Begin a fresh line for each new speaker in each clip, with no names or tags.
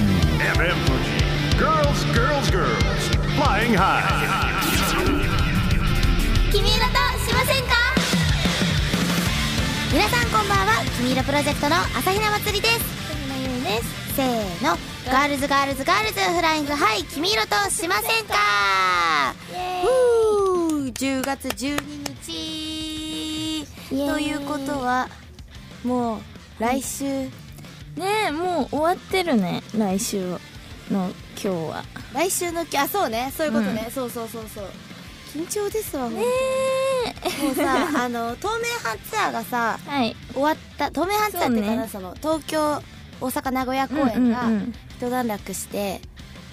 FM Fuji. Girls, girls, girls. Flying high.
君色としませんか皆さんこんばんは君色プロジェクトの朝比奈まつりです
のゆうです
せーのガールズガールズガールズフライングハイ君色としませんか
イエ
ふう10月12日
イエーイ
ということはもう来週
ねえもう終わってるね来週の今日は
来週の今日あそうねそういうことね、そうそうそうそう緊張ですわもう
ね
もうさあの透明版ツアーがさ
えはい
終わった透明版ツアーっていうかな
そ
その東京大阪名古屋公演が
うんうんうん
一段落して、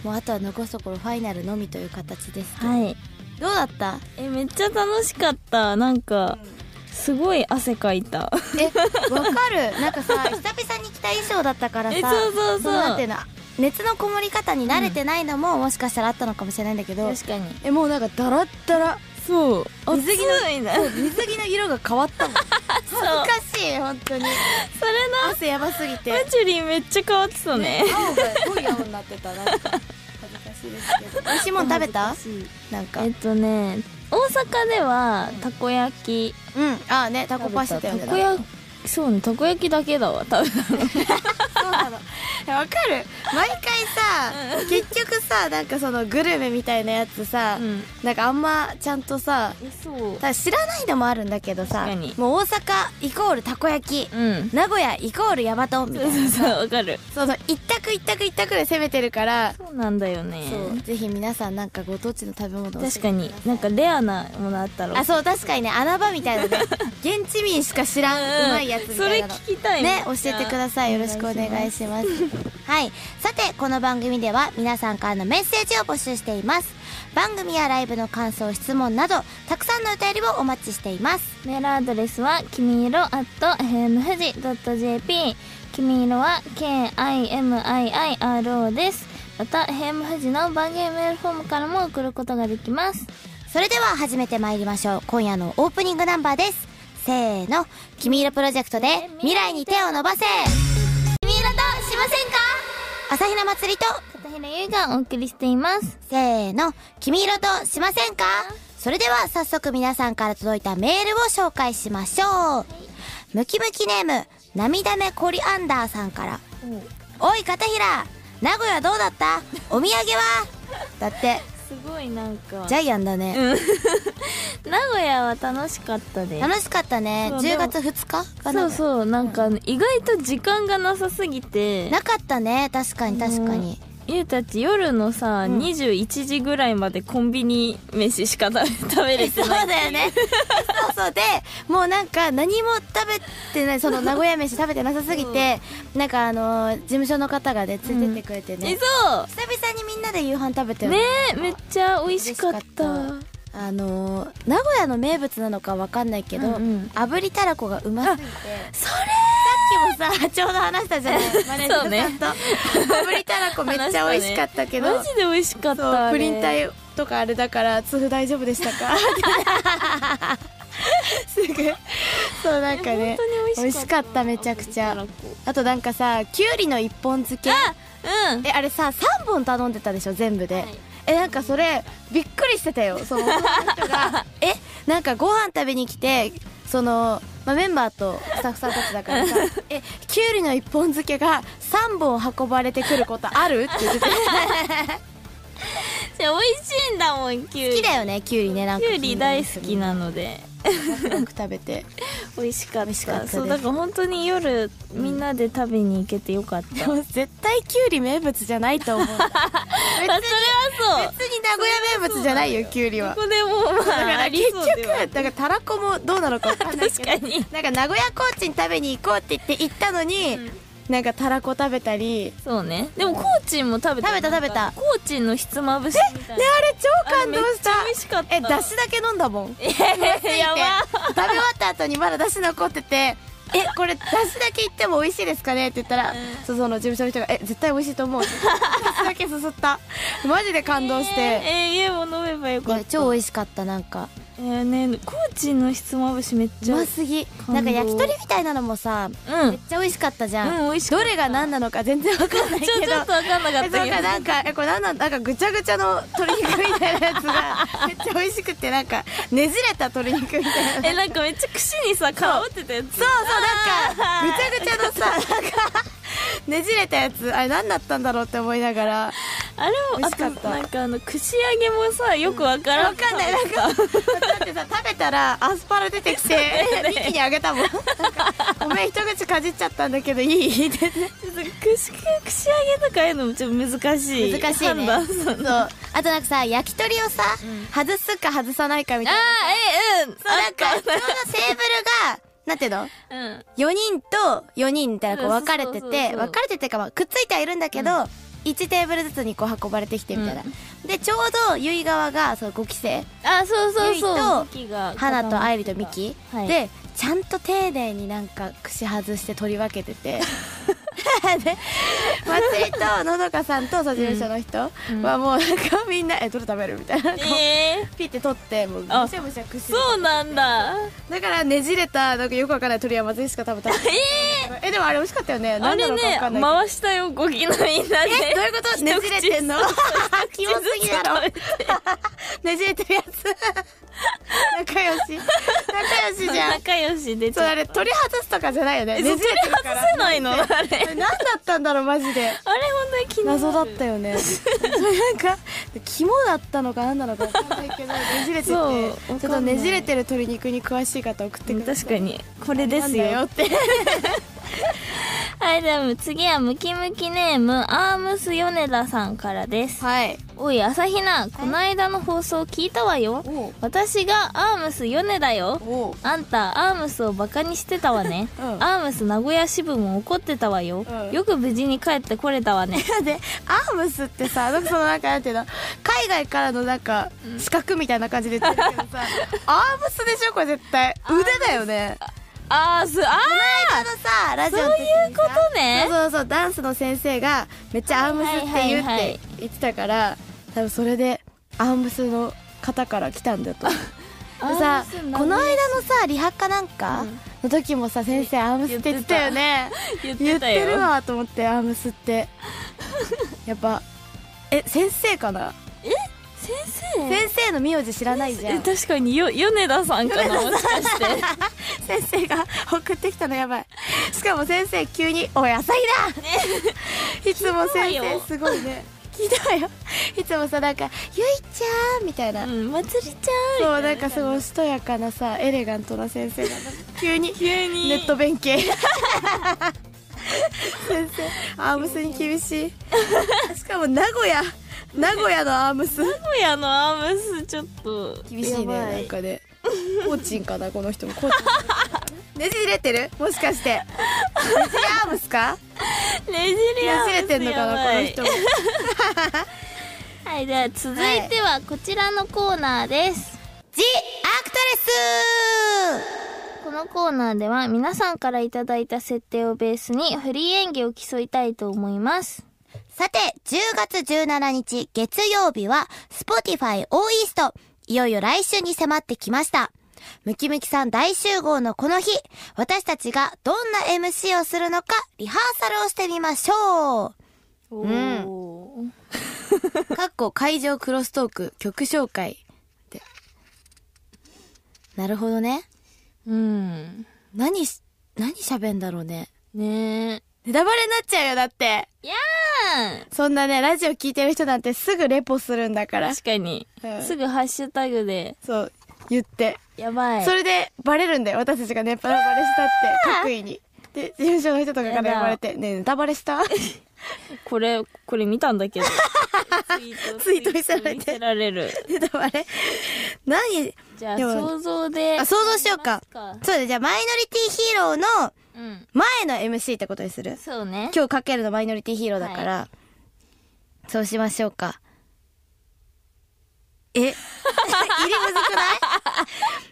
もうあとは残すところファイナルのみという形ですけど、
はい
どうだった
えめっちゃ楽しかったなんかすごい汗かいた
えわか るなんかさ久々に着た衣装だったからさ
えそうそうそう
なんていうの熱のこもり方に慣れてないのも、もしかしたらあったのかもしれないんだけど
確かに
えもうなんかダラッダラ
そう
水着の
暑いなそれ
水着の色が変わ ったもん恥ずかしい本当に
な
汗やばすぎて
マチュリーめっちゃ変わってたね
青が濃い青になってたなんか恥ずかしいですけど美味しいもん食べたなんか
えっとね大阪ではたこ焼き
うんああねタコパしてたよね
たこ焼きそうねたこ焼きだけだわ食べたの
そうなのえ わかる毎回さ結局さなんかそのグルメみたいなやつさ、
うん
なんかあんまちゃんとさ
えそう
ただ知らないのもあるんだけどさ
確かに
もう大阪イコールたこ焼き、
うん
名古屋イコール大和みたい
そう
な
そうそうわかる
その一択一択一択で攻めてるから
そうなんだよね
そうぜひ皆さんなんかご当地の食べ物を教えて
確かになんかレアなものあったら
あそう確かにね穴場みたいな ね現地民しか知らん、うまいやつみたいなの
それ聞きたい
ね教えてくださいよろしくお願いしますはいさてこの番組では皆さんからのメッセージを募集しています番組やライブの感想質問などたくさんのお便りをお待ちしています
メールアドレスはきみいろ at hemfuji.jp きみいろは KIMIIRO ですまたヘムフジの番組メールフォームからも送ることができます
それでは始めてまいりましょう今夜のオープニングナンバーですせーの「君色プロジェクト」で未来に手を伸ばせ
君色としませんか
朝比奈まつりと
片平優がお送りしています
せーの、君色としませんかそれでは早速皆さんから届いたメールを紹介しましょう。ムキムキネーム、涙目コリアンダーさんから。おい、片平名古屋どうだったお土産はだって、
すごいなんか
ジャイアンだね。
名古屋は楽しかったです
楽しかったね。
そうでも
10月2日かな
そうそうなんか意外と時間がなさすぎて
なかったね。確かに確かに。
ゆうたち夜のさ、21時ぐらいまでコンビニ飯しか食べ食べれて
そう
ない
だよねそうそうでもうなんか何も食べてない その名古屋飯食べてなさすぎて、なんかあのー事務所の方がね連れてってくれてね、
え
久
そ
々にみんなで夕飯食べて
うねえめっちゃ美味しかった
あのー名古屋の名物なのかわかんないけど、
うんうん
炙りたらこがうますぎて
そ
さっきもさちょうど話したじゃないマネージャーさんと、炙りたらこめっちゃ美味しかったけど
マジで美味しかった
そう
あ
プ
れ
リン体とかあれだから痛風大丈夫でしたか すぐそうなんか
本
ね
当に美
美味
味しかった
しかっためちゃくち
炙りたら
ゃ
こ
あとなんかさきゅうりの一本漬け
あうん
えあれさ3本頼んでたでしょ全部で、
い
えなんかそれびっくりしてたよその男の人 がえなんかご飯食べに来てその、まあ、メンバーとスタッフさんたちだ からさえきゅうりの一本漬けが3本運ばれてくることあるって言ってて
じゃあ美味しいんだもんきゅう
好
り
きだよねきゅうりねなん
き
か
ゅうり大好きなので
よく食べて
美味しかった
美味しかったです
そうだから本当に夜みんなで食べに行けてよかった、
でも絶対きゅうり名物じゃないと思う んだ
あそれはそう
別に名古屋名物じゃないよきゅうりは
ここでもう
だか
まああ
ら
り
結
そう
局
では
だからたらこもどうなのか分かんないけ
確
ど
かに
なんか名古屋コーチに食べに行こうって言って行ったのに、なんかたらこ食べたり
そうねでもコーチンも食べた
食べた食べた
コーチンのひつまぶしみたい
ねあれ超感動した
あれめっちゃ美味しかった
えだしだけ飲んだもんえ
な やば
食べ終わった後にまだだし残っててえこれだしだけいっても美味しいですかねって言ったら、そその事務所の人が「え絶対美味しいと思う」だしだ けすすったマジで感動して、
えー、家も飲めばよかっ
いや
た
超美味しかったなんか
えー、ね高知のひつまぶしめっ
う
ちゃ
ますすぎ
感
な
動
んか焼き鳥みたいなのもさ
う
めっ
ん
ちゃ美味しかったじゃん、
うん美味しかっ
ど
た
れが何なのか全然わかんないけ
ち
ど
ょちょっとわかんなか
え
った
そう
け
か
ど
なんかえこれなんなんなんかぐちゃぐちゃの鶏肉みたいなやつがめっちゃ美味しくてなんかねじれた鶏肉みたいなそう
えなんかめっちゃ串にさかぶってたやつ
そう
あ
なん
ー
かぐちゃぐちゃのさなんかねじれたやつあれ何だったんだろうって思いながら
あれ
美
もあ
味しかった
となんかあの串揚げもさよくわからん
わかんないなんかだってさ食べたらアスパラ出てきて一気にあげたもんなんかおめえ一口かじっちゃったんだけどいいって
ちょっと串串揚げとかいうのもちょっと難しい
難しいね
判断
そうあとなんかさ焼き鳥をさ、外すか外さないかみたいな
えうん
そうなんかそのテーブルがなんていうの
うん
4人と4人みたいなこう
うん
分かれて
そうそうそう
て
そう
分かれててかまあくっついてはいるんだけど、1テーブルずつにこう運ばれてきてみたいな、でちょうど結衣側がそう5期生
あそうそうそう
ゆ
ミキが
花と愛理とミキ、
はい
でちゃんと丁寧になんか串外して取り分けて てで祭りとのどかさんとそう事務所の人はもうなんかみんな「えどれ食べる?」みたいな、こう
えー
ピッて取ってもうむし
あ
ゃむしゃ串
そうなんだ
だからねじれたなんかよくわからない鳥山でしか食べたえ えでもあれ美味しかったよね
あ
何な
れ
のかわ
ね
かんないけど
回したよゴキのみんなで
えどういうことねじれて んのキモすぎだろねじれてるやつ 仲良し仲良しじゃん
仲良しでち
そう
ょ
あ
っ
れ取り外すとかじゃないよね
と
ね
え
じれ
そ
て
う取り
るから
外せないのあれあれ
これ何だったんだろうマジで
本当に気になる
謎だったよねなんか肝だったのか何なのか分かんないけどねじれててち
そう
ょっ
わかんな
と
い
ねじれてる鶏肉に詳しい方送ってください
確かにこれですよ
なんだよって
はいでも次はムキムキネームアームスヨネダさんからです
はい
おい朝比奈この間の放送聞いたわよ
おう
私がアームスヨネダよ
おう
あんたアームスをバカにしてたわね、
うん
アームス名古屋支部も怒ってたわよ、
うん
よく無事に帰ってこれた わね
でアームスって さなんかそのなんかなんていうの海外からのなんか資格みたいな感じで言ってるけど さアームスでしょこれ絶対腕だよね
アースあ
あのさラジオの時に
そういうこ
さ
とね
そうそうそうダンスの先生がめっちゃアームスって言うって言ってたから多分それでアームスの方から来たんだ とで
アー
さ
ムスなんだ
この間のさリハかなんかの時もさ先生アームスって言ってたよね
言っ
言
て
ったて
よ
るわと思ってアームスって やっぱえ先生かな
先生
先生の名字知らないじゃ
え
ん
確かによ米田さんかなもしか して
先生が送ってきたのやばいしかも先生急に「おい朝日だ!」 いつも先
聞いたわよ
生すごい ね聞いたわよいつもさなんか「ゆいちゃん」みたいな、
うんまつりち
そ
ゃ
うんなんかすごいしとやかなさエレガントな先生が急に
急に
ネット弁慶 先生アームスに厳しいしかも名古屋名古屋のアームス
名古屋のアームスちょっと
厳しいね
やば
なんかねコーチンかなこの人もコーチン ねじれてるもしかしてねじれアームスかね
ねじ
じ
りアームス
れてんのか
や
なこ
ば
の
い
人も
はいでは続いてはこちらのコーナーです、
ジ・アクトレス
このコーナーでは皆さんからいただいた設定をベースにフリー演技を競いたいと思います
さて、10月17日月曜日は、Spotify オーイースト。いよいよ来週に迫ってきました。ムキムキさん大集合のこの日、私たちがどんな MC をするのか、リハーサルをしてみましょ
おー
う。 かっこ会場クロストーク曲紹介って。なるほどね。
うん
何し、何喋んだろうね。
ね
ネタバレになっちゃうよ、だって。
えいやー
そんなね、ラジオ聞いてる人なんてすぐレポするんだから。
確かに、
うん
すぐハッシュタグで
そう、言って。
やばい
それでバレるんだよ私たちがネタバレしたって得意にで事務所の人とかから
やだ
言われて「ねえネタバレした
これこれ見たんだけど ツイート
ツイート見せられて
見せられる
ネタバレ何
じゃあ
でも
想像で
あ想像しようか
やります
そうだじゃあマイノリティヒーローの
うん
前の MC ってことにする
そうね
今日かけるのマイノリティヒーローだから、そうしましょうかえ 入りむずくない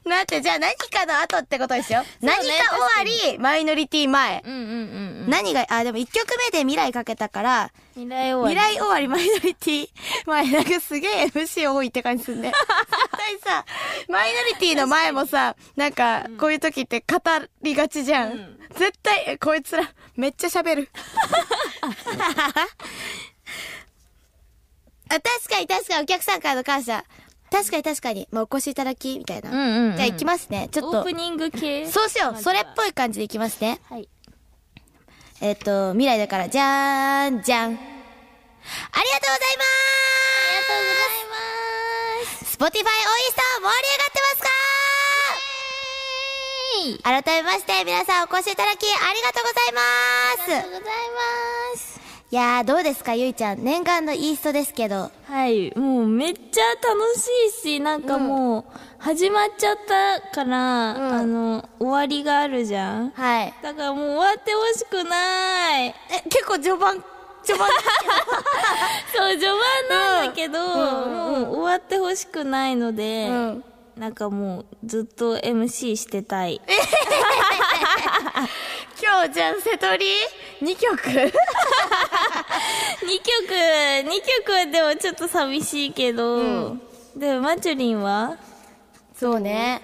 待ってじゃあ何かの後ってことにしよう何か終わりマイノリティ前、
うんうんうんうん
何があでも1曲目で未来かけたから
未来終わ り
未来終わりマイノリティ前なんかすげえ MC 多いって感じすんね絶対際 さ、マイノリティの前もさ、なんか、こういう時って語りがちじゃん。絶対、えこいつら、めっちゃ喋 る。あ、確かに確かにお客さんからの感謝。確かに確かに。まあ、お越しいただき、みたいな。
うんうんうん
じゃあ行きますね。ちょっ
オ
と。
ープニング系
そうしよう。それっぽい感じで行きますね。
はい
えっ、と、未来だから、じゃーん、じゃん。ありがとうございますありがとうございます Spotify オイスター盛り上がってますか
イエーイ
改めまして、皆さんお越しいただき、ありがとうございます
ございます
いやー、どうですか、ゆいちゃん。念願のイーストですけど。
はいもうめっちゃ楽しいしなんかもう始まっちゃったから、
ん
あの終わりがあるじゃん
はい。
だからもう終わってほしくない
え、結構序盤、序盤
そう序盤なんだけど、
うん
もう終わってほしくないので、
うん
なんかもうずっと MC してたい
今日、じゃん、瀬戸り2曲
2曲2曲はでもちょっと寂しいけど、でもマチュリンは
そうね。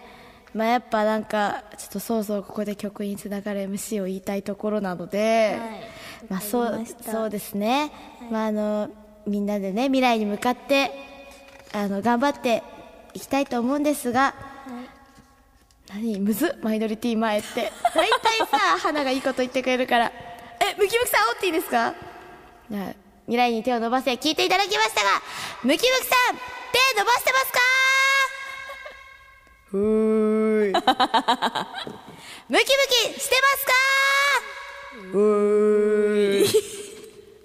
まあやっぱなんか、ちょっとそうそうここで曲につながる MC を言いたいところなので、まあそ
わかり
う
ました
そうですね、まああのみんなでね未来に向かってあの頑張っていきたいと思うんですが、何むずっマイノリティ前って大体 さ花がいいこと言ってくれるからえムキムキさんおっていいですかじゃあ未来に手を伸ばせ聞いていただきましたがムキムキさん手伸ばしてますかふーいムキムキしてますか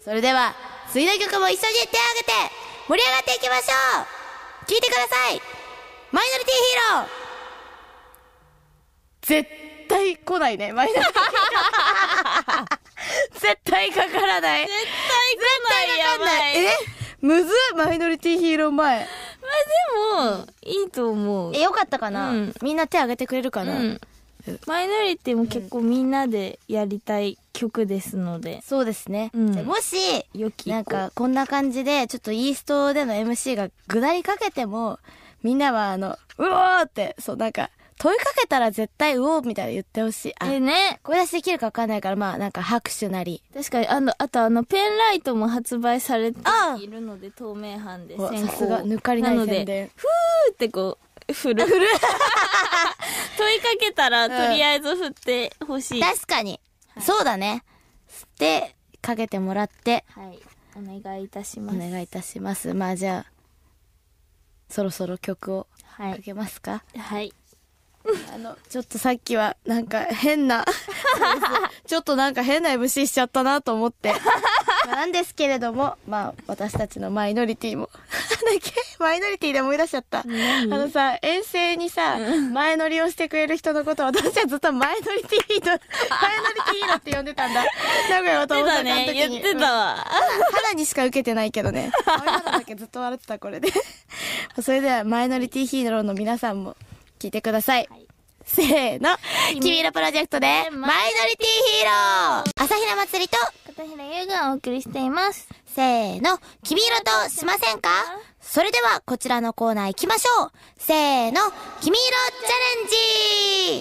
それでは次の曲も一緒に手を挙げて盛り上がっていきましょう聴いてくださいマイノリティヒーロー絶対来ないねマイノリティヒ ーロー絶対かからない
絶対来ないやばい
えむずっマイノリティヒーロー前
まあでもいいと思う
えよかったかな、
うん
みんな手挙げてくれるか
う
な、
んマイノリティも結構みんなでやりたい曲ですので、
そうですね、
うん
じゃあもし
良き子
なんかこんな感じでちょっとイーストでの MC がぐだりかけてもみんなはあの「うおー!」ってそうなんか問いかけたら絶対「うおー!」みたいな言ってほしいあ
でね
声出しできるか分かんないからまあなんか拍手なり
確かにあのあとあのペンライトも発売されて
あ
いるので透明版で
うわ
先行
さすが抜かりない
の
宣伝
でふーってこう振る 問いかけたらとりあえず振ってほしい、は
確かに、そうだねでかけてもらって
いお願いいたしま
お
す
願いいたしますまあじゃあそろそろ曲を
は
か
い
けますか、
はい
あの、ちょっとさっきは、なんか変 な、ちょっとなんか変な MC しちゃったなと思 って。まあなんですけれども、まあ、私たちのマイノリティも。なんだっけマイノリティで思い出しちゃった。あのさ、遠征にさ、前乗りをしてくれる人のことを私はずっと前乗りティーの、前乗りティーのって呼んでたんだ。名古屋を
言
友
っ
達
てた
の時
ね
に。
言ってたわ
肌にしか受けてないけどね。肌だけずっと笑ってた、これで。 それでは、マイノリティヒーローの皆さんも聞いてください。せーの、君色プロジェクトで、マイノリティヒーロー朝日奈祭りと、
片平優がお送りしています
せーの、君色としませんかそれでは、こちらのコーナー行きましょうせーの、君色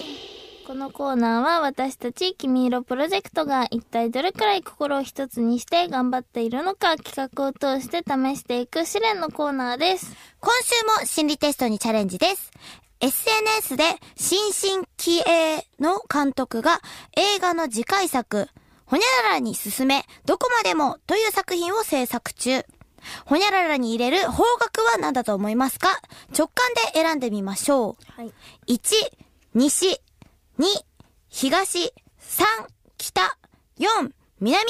チャレンジ
このコーナーは私たち君色プロジェクトが一体どれくらい心を一つにして頑張っているのか企画を通して試していく試練のコーナーです
今週も心理テストにチャレンジです。SNS で新進気鋭の監督が映画の次回作、ほにゃららに進め、どこまでもという作品を制作中。ほにゃららに入れる方角は何だと思いますか直感で選んでみましょ
はい。
う。1、西、2、東、3、北、4、南。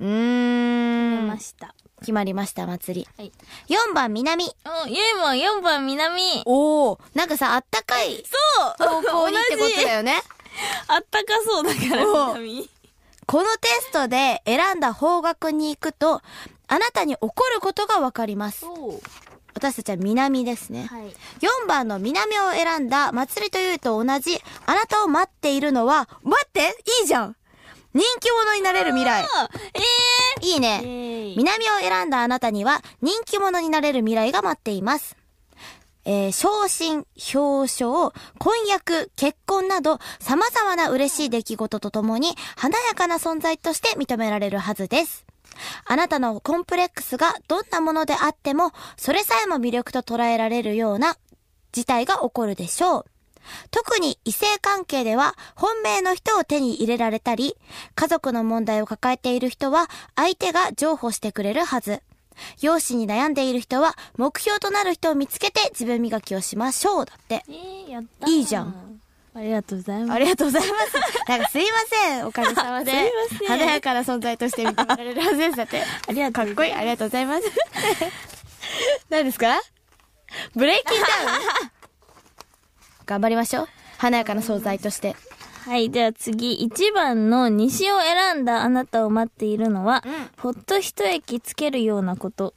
う
出
ー
ま
ん。
した。
決まりました、祭
はい。
り。4番、南。
お、ゆいもん4番南。
おお、なんかさ、あったかい
そう
方向にってことだよね。
あったかそうだから
お
南。
このテストで選んだ方角に行くと、あなたに起こることがわかります。
そう。
私たちは南ですね。
はい。
4番の南を選んだ祭りというと同じ、あなたを待っているのは、待っていいじゃん人気者になれる未来。
あ、え
いい
え
ね。
ー。
南を選んだあなたには人気者になれる未来が待っています。えー昇進、表彰、婚約、結婚など、様々な嬉しい出来事とともに、華やかな存在として認められるはずです。あなたのコンプレックスがどんなものであっても、それさえも魅力と捉えられるような事態が起こるでしょう。特に異性関係では本命の人を手に入れられたり、家族の問題を抱えている人は相手が譲歩してくれるはず。容姿に悩んでいる人は目標となる人を見つけて自分磨きをしましょう。だって。
えー、やった
いいじゃん。
ありがとうございます。
ありがとうございます。 なんかすいません、おかげさまで。
すいません
華やかな存在として認められるはずです。だって。
ありがと
か
う
っこいい。ありがとうございます。 何ですかブレイキンダウン頑張りましょう。華やかな存在として。
はい、では次、1番の西を選んだあなたを待っているのは、ほっと一息つけるようなこと、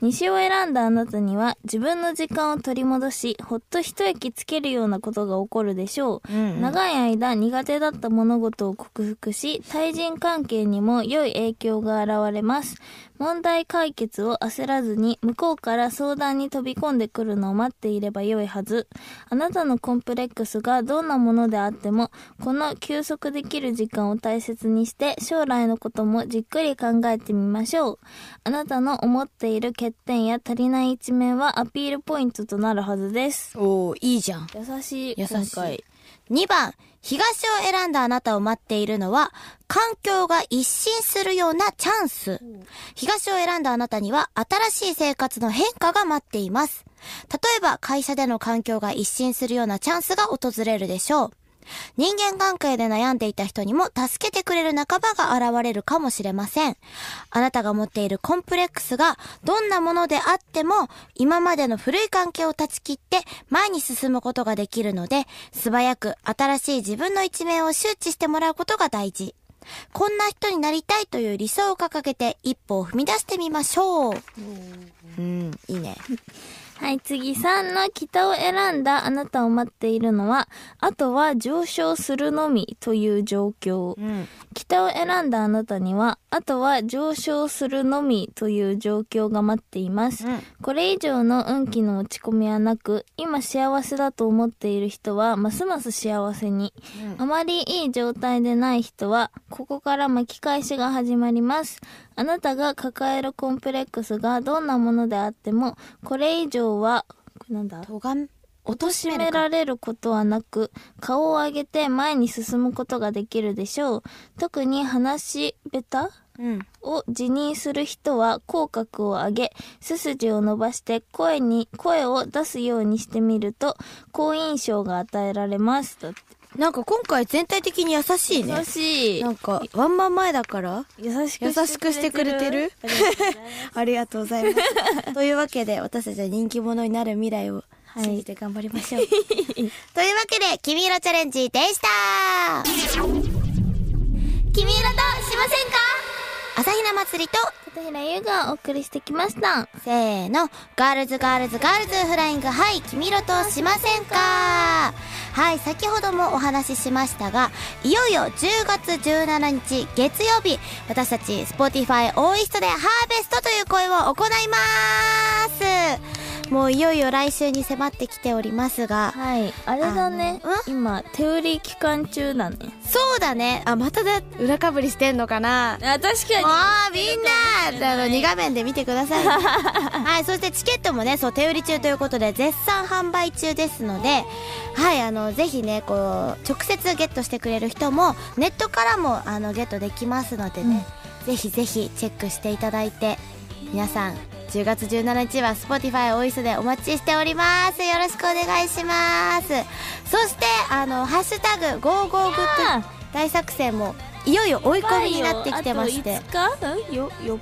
西を選んだあなたには、自分の時間を取り戻し、ほっと一息つけるようなことが起こるでしょう。
うんうん
長い間苦手だった物事を克服し、対人関係にも良い影響が現れます。問題解決を焦らずに、向こうから相談に飛び込んでくるのを待っていれば良いはず。あなたのコンプレックスがどんなものであっても、この休息できる時間を大切にして、将来のこともじっくり考えてみましょう。あなたの思っている欠点や足りない一面はアピールポイントとなるはずです。
おー、いいじゃん。
優しい。
優し
今回
い。2番、東を選んだあなたを待っているのは、環境が一新するようなチャンス。東を選んだあなたには、新しい生活の変化が待っています。例えば、会社での環境が一新するようなチャンスが訪れるでしょう。人間関係で悩んでいた人にも助けてくれる仲間が現れるかもしれません。あなたが持っているコンプレックスがどんなものであっても今までの古い関係を断ち切って前に進むことができるので素早く新しい自分の一面を周知してもらうことが大事。こんな人になりたいという理想を掲げて一歩を踏み出してみましょう。うん、いいね。
はい、次3の北を選んだあなたを待っているのは、あとは上昇するのみという状況。
ん。
北を選んだあなたには、あとは上昇するのみという状況が待っています。
うん
これ以上の運気の落ち込みはなく、今幸せだと思っている人は、ますます幸せに。あまりいい状態でない人は、ここから巻き返しが始まります。あなたが抱えるコンプレックスがどんなものであっても、これ以上は、これなんだ
とがん、落とし
責
め
め
るから
れることはなく、顔を上げて前に進むことができるでしょう。特に話し下手
うん。
を辞任する人は口角を上げ、背筋を伸ばして声に、声を出すようにしてみると、好印象が与えられます。だって。
なんか今回全体的に優しいね
優。しい
な。んか、ワンマン前だから
優し
優しくしてくれてる
ありがとうございます
ありがとうございます。というわけで、私たちは人気者になる未来を
い
信じて頑張りましょう。 というわけで、君色チャレンジでした君色としませんか朝比奈祭りと、
片平優がお送りしてきました。
せーの、ガールズガールズガールズフライング、はい、君色としませんかはい、先ほどもお話ししましたが、いよいよ10月17日月曜日、私たち Spotify オーイストでハーベストという声を行いますもういよいよ来週に迫ってきておりますが、
はい。あれだね
あの。う
今、手売り期間中だね。
そうだね、あ、まただ、裏かぶりしてんのかな
あ、確か
もうみんなあの2画面で見てください はいそしてチケットもねそう手売り中ということで絶賛販売中ですのではいあのぜひねこう直接ゲットしてくれる人もネットからもあのゲットできますのでね、ぜひぜひチェックしていただいて皆さん10月17日は Spotify オイスでお待ちしておりますよろしくお願いしますそしてあの「ハッシュタグ #GoGoGood 大作戦」もいよいよ追い込みになってきてまして
あと5日んよ4日ん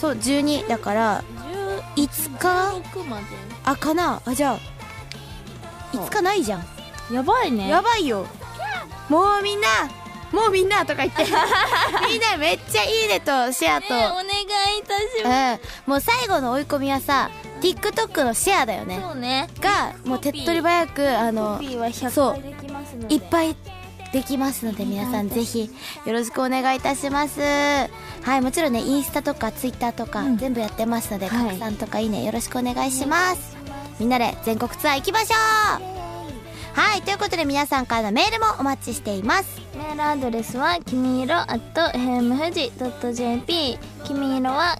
そう12だから5日
16ま
あかなあじゃあ5日ないじゃん
でやばいね
やばいよもうみんなもうみんなとか 言ってみんなめっちゃいいねとシェア
ね
と、
えお願いいたしま
うんもう最後の追い込みはさ TikTok のシェアだよ
す
ね
そうね
がもう手っ取り早くあ
コ
の
ピーは100
そ
回できますので
いっぱいできますので皆さんぜひよろしくお願いいたしますはいもちろんねインスタとかツイッターとか全部やってますので、
はい
拡散とかいいねよろしくお願いします、みんなで全国ツアー行きましょうはいということで皆さんからのメールもお待ちしています
メールアドレスはきみいろ at hemfuji.jp きみいろは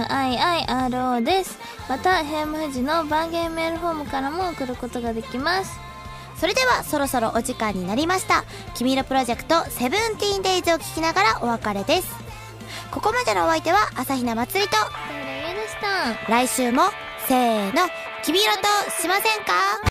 KIMIIRO ですまたヘムフジの番組メールフォームからも送ることができます
それではそろそろお時間になりました「君色プロジェクトセブンティーンデイズを聞きながらお別れですここまでのお相手は朝比奈まつりと
それではゆうでした
来週もせーの「君色としませんか?」